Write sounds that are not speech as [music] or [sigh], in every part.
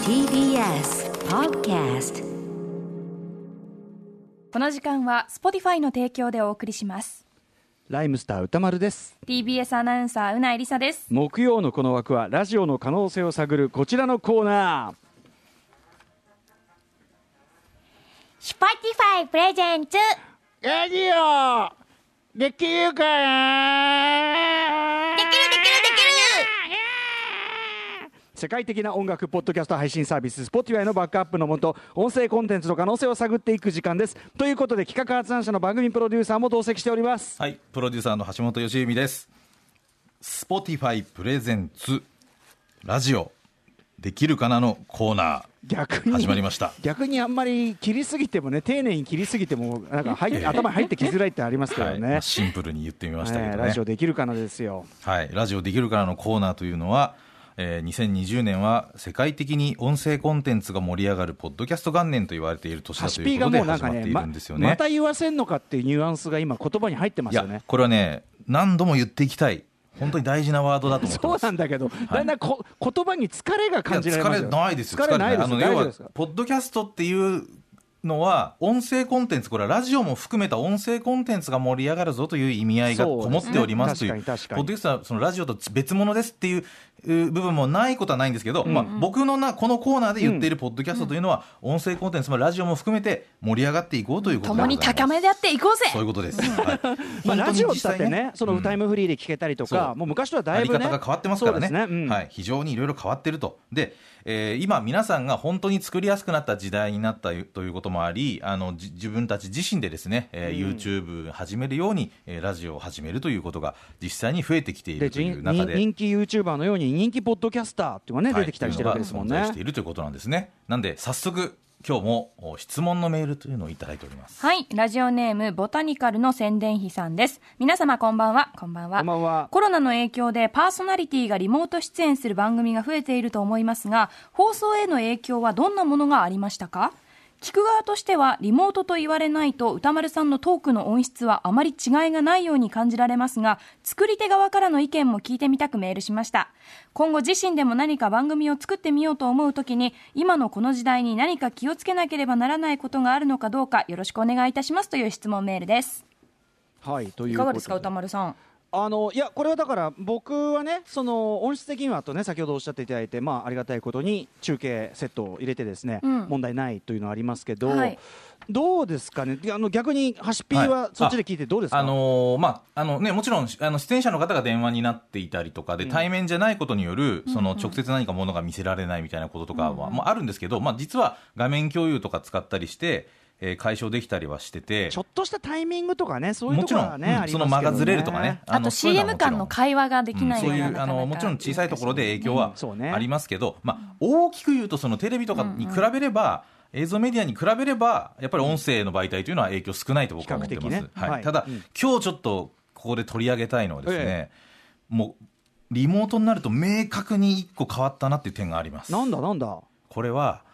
TBS Podcast この時間は Spotify の提供でお送りしますライムスター歌丸です TBS アナウンサーうないりさです木曜のこの枠はラジオの可能性を探るこちらのコーナー Spotify プレゼンツラジオできるかなできるできるできる世界的な音楽ポッドキャスト配信サービス Spotify のバックアップのもと音声コンテンツの可能性を探っていく時間ですということで企画発案者の番組プロデューサーも同席しておりますはい、プロデューサーの橋本良美です。Spotify プレゼンツラジオできるかなのコーナ逆ーに始まり [laughs] ました。逆にあんまり切りすぎてもね丁寧に切りすぎてもなんか入っ頭入ってきづらいってありますけどはい、ね、まあシンプルに言ってみましたけどえね。ーラジオできるかなですよはい、ラジオできるからのコーナーというのは、えー2020年は世界的に音声コンテンツが盛り上がるポッドキャスト元年と言われている年ハだとシいピうがこともでうなん始かまってねいるまんですよまね。た言わせんのかっていうニュアンスが今言葉に入ってまいすよねや、これはね、何度も言っていきたい、本当に大事なワードだと思っ [laughs] てそうますな。んだけど、だんだんこ言葉に疲れが感じられますいよや疲れないですよ疲れないですあよの大要丈夫ですはポッドキャストっていうのは音声コンテンツこれはラジオも含めた音声コンテンツが盛り上がるぞという意味合いがそうですこねもっておりますという確かに確かにポッドキャストはそのラジオと別物ですっていうう部分もないことはないんですけど、まあ、僕のなこのコーナーで言っているポッドキャストというのは、音声コンテンツもラジオも含めて盛り上がっていこうということでござ共いますに高めでやっていこうぜそういうことです、はい [laughs] まあ、ラジオだ本当に実っ際てね、そのタイムフリーで聞けたりとか、そうもう昔とはだやいりぶね、方が変わってますからねそうですねうんはい、非常にいろいろ変わってるとで、えー今皆さんが本当に作りやすくなった時代になったということもありあのじ自分たち自身でですね、えー YouTube 始めるように、えーラジオを始めるということが実際に増えてきていでるとい人う中で。人気ユーチューバーのように人気ポッドキャスターっていうのがね、はい出てきたりしてるわけですもんね。というのが存在しているということなんですね。なんで早速今日もお質問のメールというのをいただいております。はいラジオネームボタニカルの宣伝費さんです皆様こんばんはこんばんはこんばんはコロナの影響でパーソナリティがリモート出演する番組が増えていると思いますが放送への影響はどんなものがありましたか聞く側としてはリモートと言われないと歌丸さんのトークの音質はあまり違いがないように感じられますが作り手側からの意見も聞いてみたくメールしました今後自身でも何か番組を作ってみようと思う時に今のこの時代に何か気をつけなければならないことがあるのかどうかよろしくお願いいたしますという質問メールですはい、といういこかとがですか歌丸さんあのいやこれはだから僕はねその音質的にはとね先ほどおっしゃっていただいてまあありがたいことに中継セットを入れてですね、うん問題ないというのはありますけど、はいどうですかねいやあの逆にハシピーはいはそっちで聞いてどうですか、あのーまああのね、もちろんあの出演者の方が電話になっていたりとかで、対面じゃないことによるその直接何かものが見せられないみたいなこととかは、もうあるんですけど、まあ、実は画面共有とか使ったりして、えー解消できたりはしててちょっとしたタイミングとかねそういうもとこちろろはん、ね、あうんりますけどねその間がずれるとかねあのとそういう CM はもちろん間の会話ができないそういのがなうかあなかのもちろん小さいところで影響はそうねありますけど、まあ、大きく言うとそのテレビとかに比べれば、映像メディアに比べればやっぱり音声の媒体というのは影響少ないと僕は思ってます、比較的ねはいはいただ、うん今日ちょっとここで取り上げたいのはですね、もうリモートになると明確に一個変わったなっていう点がありますなんだなんだこれは、えー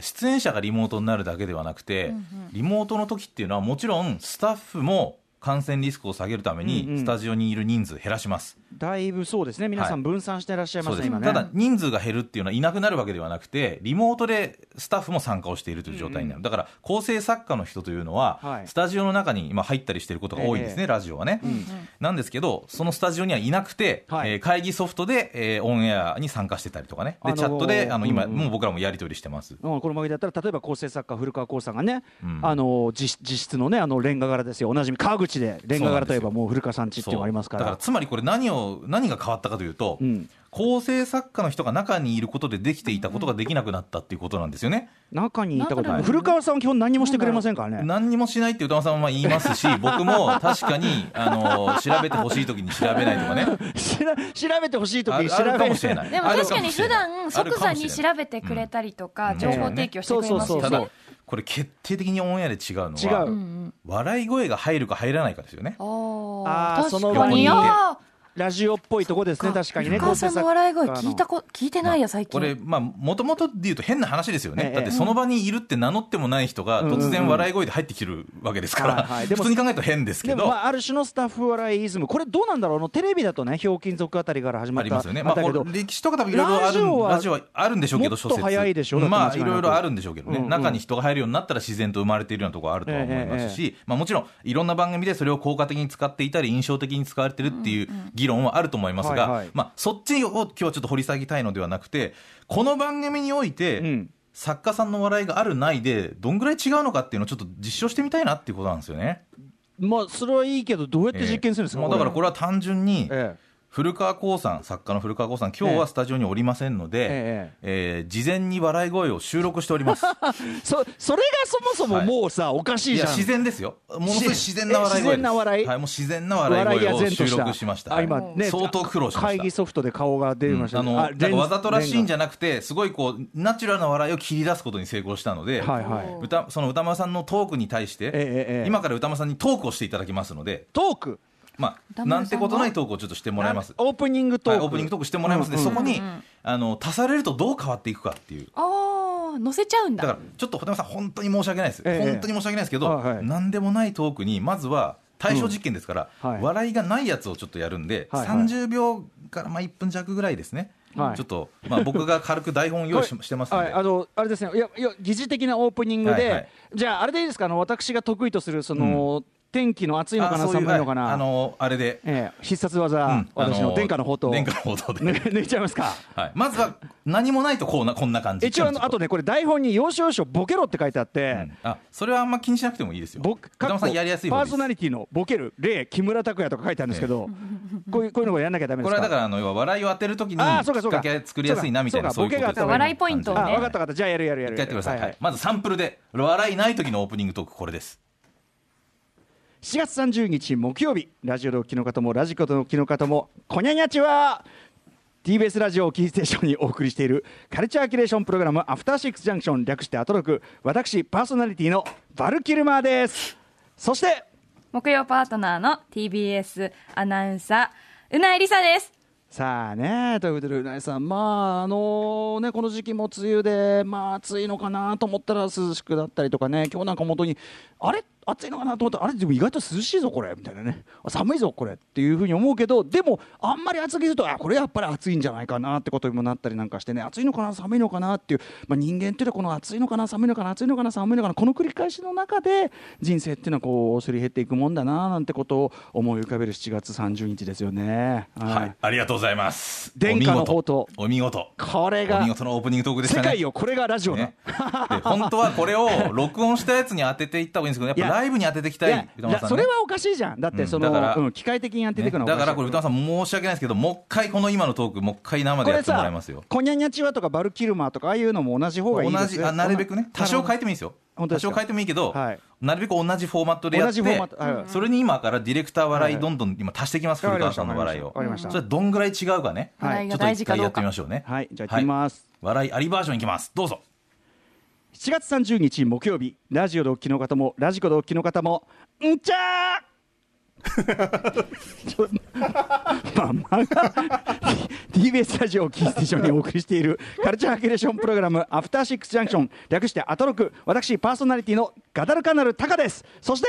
出演者がリモートになるだけではなくて、リモートの時っていうのはもちろんスタッフも感染リスクを下げるためうんうんにスタジオにいる人数減らします、だいぶそうですね皆さはんい分散していらっしゃいまそすうね、です今ねただ人数が減るっていうのはいなくなるわけではなくてリモートでスタッフも参加をしているという状態になる、だから構成作家の人というのは、はいスタジオの中に今入ったりしていることが多いんですね、ええラジオはね、なんですけどそのスタジオにはいなくて、はいえー会議ソフトで、えーオンエアに参加してたりとかねあのでーチャットであの今、うんうんもう僕らもやり取りしてますうん、この番組だったら例えば構成作家古川光さんがね、うんあの実実質のねあのレンガ柄ですよおなじみ川口でレンガ柄といえばもう古川さんちっていうのがありますからそうだからつまりこれ何を何が変わったかというと、うん構成作家の人が中にいることでできていたことができなくなったっていうことなんですよね、中にいたこ中とに古川さんは基本何もしてくれませんからね何にもしないって歌丸さんは言いま [laughs] すし僕も確かにあの調べてほしい時に調べないとかねしら調べてほしい [laughs] 時あにる調あべるかもしれないでもある確かにもし普れない段ある即か座もしれにない調べてくれたりとか、うん情報提供してくれますよそうね。たそうだこれ決定的にオンエアで違うの違はううんうん笑い声が入るか入らないかですよねおーあーその確か場ににいてあーラジオっぽいとこですね、確かにね。深川さんの笑い声聞いたここ聞いてないや最こ近、れ、まあ、もともとで言うと変な話ですよね、ええだってその場にいるって名乗ってもない人が、うん突然笑い声で入ってきてるわけですから、はいはいでも普通に考えると変ですけでど、も、まあ、ある種のスタッフ笑いイズム、これどうなんだろうあの、テレビだとね、ひょうきん族あたりから始まあっりたますよね、まあ、だけこどれ、歴史とか多分いろいろあラジオるはラジオはあるんでしょうけど、もっと諸説早いでしょだってま間あ、違いいなくろいろあるんでしょうけどね、うんうん中に人が入るようになったら自然と生まれているようなところあるとは思いますし、まあ、もちろんいろんな番組でそれを効果的に使っていたり、印象的に使われてるっていう議論はあると思いますが、はいはいまあ、そっちを今日はちょっと掘り下げたいのではなくて、この番組において、うん作家さんの笑いがあるないでどんぐらい違うのかっていうのをちょっと実証してみたいなっていうことなんですよね。まあ、それはいいけど、どうやって実験するんですか、ええもうだからこれは単純に、ええ古川光さん作家の古川光さん今日はスタジオにおりませんので、えええー事前に笑い声を収録しておりますそそれがそもそももうさ、おかしいいじやゃん。自然ですよものすごい自然な笑いえ自声です然な笑いはい、もう自然な笑い声を収録しましたあ今はいね相当苦労しました会議ソフトで顔が出てましたあね、のなんかわざとらしいんじゃゃなくてすごいこうナチュラルな笑いを切り出すことに成功したので、はいはい歌その歌丸さんのトークに対して、えええ今から歌丸さんにトークをしていただきますので、トークまあ、歌丸さんがなんてことないトークをちょっとしてもらいます。オープニングトーはク、い、オープニングトークしてもらいますので、そこに、あの足されるとどう変わっていくかっていう。ああ載せちゃうんだだからちょっと小山さん本当に申し訳ないです、ええ本当に申し訳ないですけど、はいはい何でもないトークにまずは対象実験ですから、うんはい笑いがないやつをちょっとやるんで、はいはい30秒からまあ1分弱ぐらいですね、はいちょっと、 [laughs] まあ、僕が軽く台本用意しこれしてますのはでい、あのあれですねいやいや疑似的なオープニングで、はいはいじゃああれでいいですかあの私が得意とするその、天気の暑いのかあなそういう寒いのかなはいあのあれで、ええ必殺技、うん私あの殿下の宝刀殿下の宝刀で、ね [laughs] 抜いちゃいます [laughs] かはい、まずは何もないとこうなこんな感じ一応あのあとねこれ台本に要所要所ボケろって書いてあって、うんあそれはあんま気にしなくてもいいですよ僕歌丸さんやりやすいパ方ーですソナリティのボケる例木村拓哉とか書いてあるんですけど、こういうこういうのをやんなきゃダメでこすれかはだからあの要は笑いを当てるときにきあーそうかそっうかかけ作りやすいなみたいなそそううかいうことですボケが笑いポイントをねあ分かった分かったじゃあやるやるやる一回やってください、ははいはいい、まずサンプルで笑いない時のオープニングトークこれです7月30日木曜日ラジオでお聞きの方もラジコでお聞きの方もこにゃにゃちは TBS ラジオをキーステーションにお送りしているカルチャーキュレーションプログラム「アフターシックスジャンクション」略してアトロク私パーソナリティのバルキルマーですそして木曜パートナーの TBS アナウンサーうなえりさですさあねということでうなえさんまああのねこの時期も梅雨でまあ暑いのかなと思ったら涼しくだったりとかね今日なんか本当にあれ暑いのかなと思ったらあれでも意外と涼しいぞこれみたいなねあ寒いぞこれっていうふうに思うけどでもあんまり暑すぎるとあこれやっぱり暑いんじゃないかなってことにもなったりなんかしてね暑いのかな寒いのかなっていう、まあ、人間っていうのはこの暑いのかな寒いのかな暑いのかな寒いのかなこの繰り返しの中で人生っていうのはこうすり減っていくもんだななんてことを思い浮かべる7月30日ですよね。はいありがとうございます殿下の宝刀お見事お見事これがお見事のオープニングトークでした世ね界よこれがラジオな、ね、 [laughs] で本当はこれを録音したやつに当てていった方がいいんですけどやっいぱやライブに当てていきいたやい歌丸いやさんそねれはおかしいじゃんだってその、ううんんだから機械的にやっていねくのはおだかしい、からこれ歌丸さん申し訳ないですけどもう一回この今のトークもう一回生こでやれってもらいさますよコニャニャチワとかバルキルマーとかああいうのも同じ方がいいです同じあなるべくね多少変えてもいいですよ本当で多すか少変えてもいいけど、はいなるべく同じフォーマットでやって同じフォーマットはいうんそれに今からディレクター笑はいいどんどん今足していきます、わか古りま川したさんの笑いわをかりましたそれどんぐらい違うかね、は笑いちがょっと大事一か回どやうってかみましょうねはいじゃあ行ってみます、はい笑いありバージョンいきますどうぞ7月30日木曜日ラジオでお聞きの方もラジコでお聞きの方もんちゃー [laughs] ちょまあまが TBS ラジオをキーステーションにお送りしているカルチャーキュレーションプログラム「アフターシックスジャンクション」略して「アトロク」私パーソナリティのガダルカナルタカですそして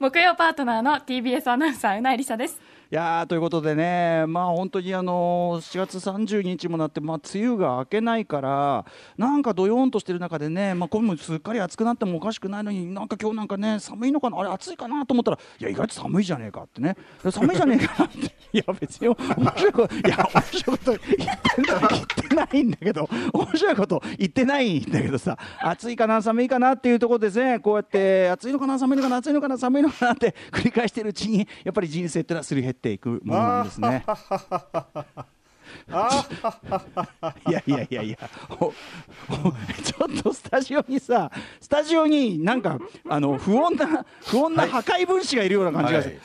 木曜パートナーの TBS アナウンサーうなえりさですいやーということでね、まあ、本当に、あのー、4月30日もなって、まあ、梅雨が明けないからなんかどよんとしてる中でね、まあ、今もすっかり暑くなってもおかしくないのになんか今日なんかね寒いのかなあれ暑いかなと思ったらいや意外と寒いじゃねえかってね寒いじゃねえかなっていや別に面白いこといや面白いこと言ってんだ言ってないんだけど面白いこと言ってないんだけどさ暑いかな寒いかなっていうところでですねこうやって暑いのかな寒いのかな暑いのかな寒いのかなって繰り返してるうちにやっぱり人生ってのはすり減っていくものなんですね。いやいやいやいや、おおちょっとスタジオにさ、スタジオになんか、あの不穏な、不穏な破壊分子がいるような感じがする。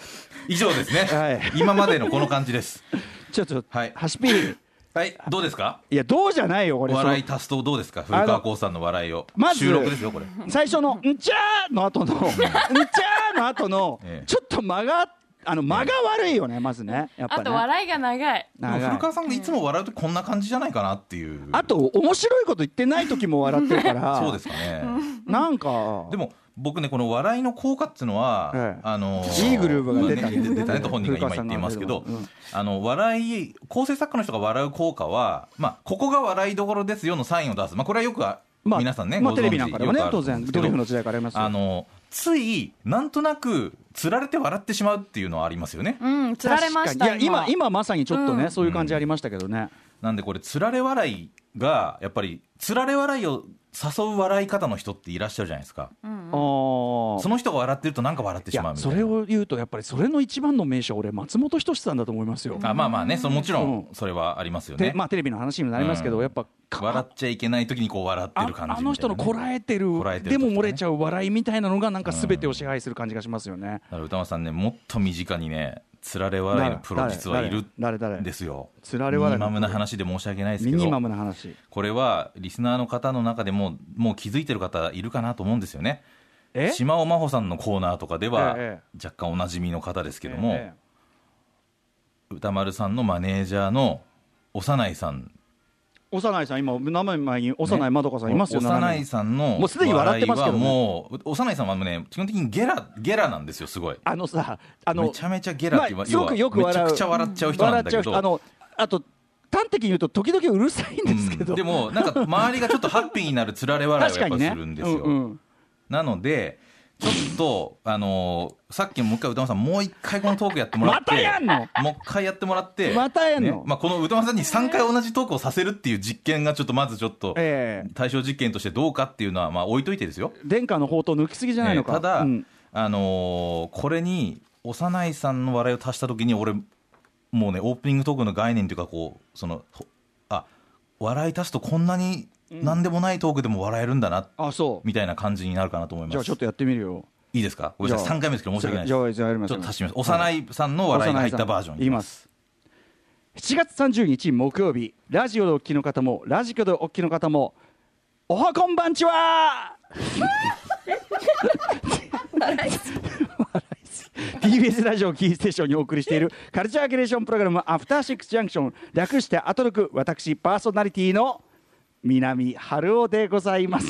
以上ですね、はい今までのこの感じですちょっと、はいハシピール、はいどうですかいや、どうじゃないよ、こおれ。笑い足すとどうですか古川光さんの笑いをまず収録ですよこれ [laughs] [laughs] その最初の、んちゃーの後の、んちゃーの後のええ、ちょっと間が。あの間が悪いよねまずねやっぱねあと笑いが長いでも長い古川さんがいつも笑うとこんな感じじゃないかなっていう。あと面白いこと言ってない時も笑ってるからそうですかね。なんかでも僕ねこの笑いの効果っていうのは、ええあのいいグルーヴが出たまあね出たねと本人が古川今さん言っがていますけど、うんあの笑い構成作家の人が笑う効果はまあここが笑いどころですよのサインを出すまあこれはよくあまあ皆さんね、まあごテ存知レビなんかでもねよくある当と思然うんですドけどリフの時代からありますよあのついなんとなくつられて笑ってしまうっていうのはありますよね。うんつられました確かにいや今今まさにちょっとね、うんそういう感じありましたけどね、なんでこれつられ笑いがやっぱりつられ笑いを誘う笑い方の人っていらっしゃるじゃないですか。あーその人が笑ってるとなんか笑っていしまうやみたいそな。れを言うとやっぱりそれの一番の名手は俺松本人志さんだと思いますよ、あまあまあね、そのもちろんうそれはありますよてね。まあテレビの話にもなりますけど、うんやっぱか笑っちゃいけない時にこう笑ってある感じみたいなね、あの人のこらえてるこらえてるで時ねも漏れちゃう笑いみたいなのがなんか全てを支配する感じがしますよね、だから歌間さんねもっと身近にねつられ笑いのプロ誰実はいる誰誰ん誰ですよつられ笑いのミプロニマムな話で申し訳ないですけミどニマムな話これはリスナーの方の中でももう気づいてる方いるかなと思うんですよねえ島尾真帆さんのコーナーとかでは、え若干おなじみの方ですけども、え歌丸さんのマネージャーの幼いさんえ幼いさん今名前前に幼いまどかさんいますよ、幼いさんのもうすでに笑ってますけどね笑いはもう幼いさんはね基本的にゲラゲラなんですよすごいあのさあのめちゃめちゃゲラって言まあわ、すごくよく要は笑うめちゃくちゃ笑っちゃう人な笑んっだちゃけうど人あのあと端的に言うと時々うるさいんですけど、うんでもなんか周りがちょっとハッピーになるつられ笑いを確やかっぱにねするんですよ、うんうんなのでちょっと、あのーさっきもう一回歌丸さんもう一回このトークやってもらってまたやんのもう一回やってもらってまたやんのねまあ、この歌丸さんに3回同じトークをさせるっていう実験がちょっとまずちょっとええ対象実験としてどうかっていうのはまあ置いといてですよ殿下の宝刀抜きすぎじゃないのか、えーただ、うんあのーこれに幼いさんの笑いを足した時に俺もうねオープニングトークの概念というかこうそのほあ笑い足すとこんなに何でもないトークでも笑えるんだな、あそうみたいな感じになるかなと思いますじゃあちょっとやってみるよいいですかごめんなじさゃあい3回目ですけど申し訳ないですじゃあじゃあやりますちょよっと足します幼いさんの笑いが入ったバージョン言います7月30日木曜日ラジオでお聞きの方もラジコでお聞きの方もおはこんばんち [laughs] は TBS ラジオキーステーションにお送りしているカルチャーキュレーションプログラム「アフターシックスジャンクション」略して「アトロク」私パーソナリティの南春夫でございます。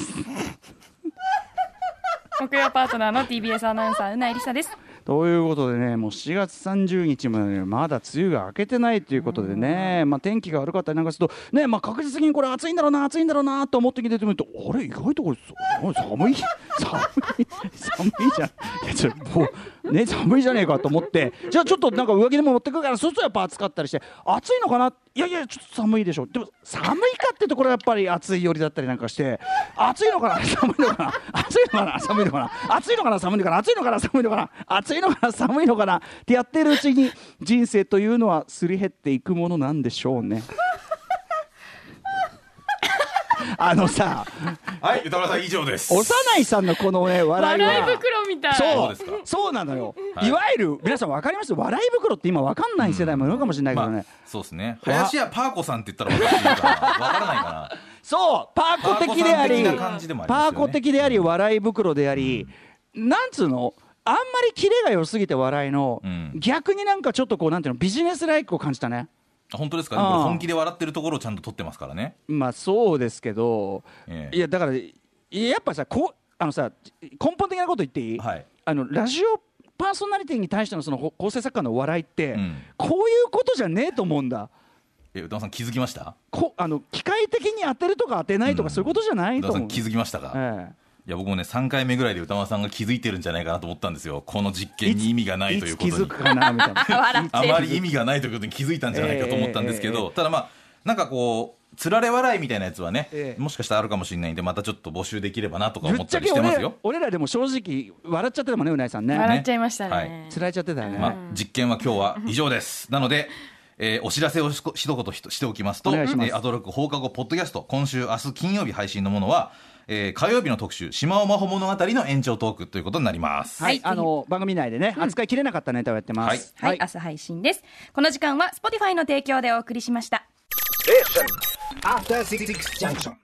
木曜パートナーの TBS アナウンサーうないりさですということでね、もう7月30日までねまだ梅雨が明けてないということでね、まあ、天気が悪かったりなんかすると、ねまあ、確実にこれ暑いんだろうな、暑いんだろうなと思ってきててみると、あれ、意外とこれ寒い、寒い、寒いじゃん、いやちょもうね、寒いじゃねえかと思って、じゃあちょっとなんか上着でも持ってくから、そうするとやっぱ暑かったりして、暑いのかな、いやいや、ちょっと寒いでしょ、でも寒いかってところはやっぱり暑い寄りだったりなんかして、暑いのかな、寒いのかな、暑いのかな、寒いのかな、暑いのかな、寒いのかな、暑いのかな、寒いのかな、暑いのかな、寒いのかなってやってるうちに、人生というのはすり減っていくものなんでしょ [laughs] うね。あのさ、はい歌丸さん以上です幼いさんのこのね、笑いは。笑い袋みたいどうそですかう、そうなのよ。はいいわゆる皆さんわかります笑い袋って今わかんない世代もいるかもしれないけどまあね。、そうですね林家パーコさんって言ったら [laughs] 私いいかなわからないかなそう、パ [laughs] ーコ的であり、パーコさん的な感じでもありますパよーねコ的であり笑い袋であり、なんつうの。あんまりキレが良すぎて笑いの、うん逆になんかちょっとこうなんていうのビジネスライクを感じたね。あ本当ですかでもこれ本気で笑ってるところをちゃんと撮ってますからねまあそうですけど、ええいやだからやっぱさこうあのさ根本的なこと言っていい、はいあのラジオパーソナリティに対してのそのほ構成作家の笑いって、うんこういうことじゃねえと思うんだえ歌丸さん気づきましたこあの機械的に当てるとか当てないとか、うんそういうことじゃない歌と丸さ思うん気づきましたか、えいや僕もね3回目ぐらいで歌丸さんが気づいてるんじゃないかなと思ったんですよこの実え験に意味がないというこつと気づにくかなみ [laughs] たいな笑っあてまるり意味がないということに気づいたんじゃないかと思ったんですけえええど、ただまあなんかこうつられ笑いみたいなやつはね、ええもしかしたらあるかもしれないんでまたちょっと募集できればなとかぶ思っっちたゃりけしてます俺よ俺らでも正直笑っちゃってたもんねうないさんね笑っちゃいましたねつられちゃってたよね、まあ、実験は今日は以上です。なので、えーお知らせをしこ一言ひとしておきますと、お願いしますえーアドロック放課後ポッドキャスト、今週、明日金曜日配信のものは、えー火曜日の特集、島尾真帆物語の延長トークということになります。はい、あの番組内でね、扱いきれなかったネタをやってます、はい、明日配信です。この時間は Spotify の提供でお送りしました。 After Six Junction.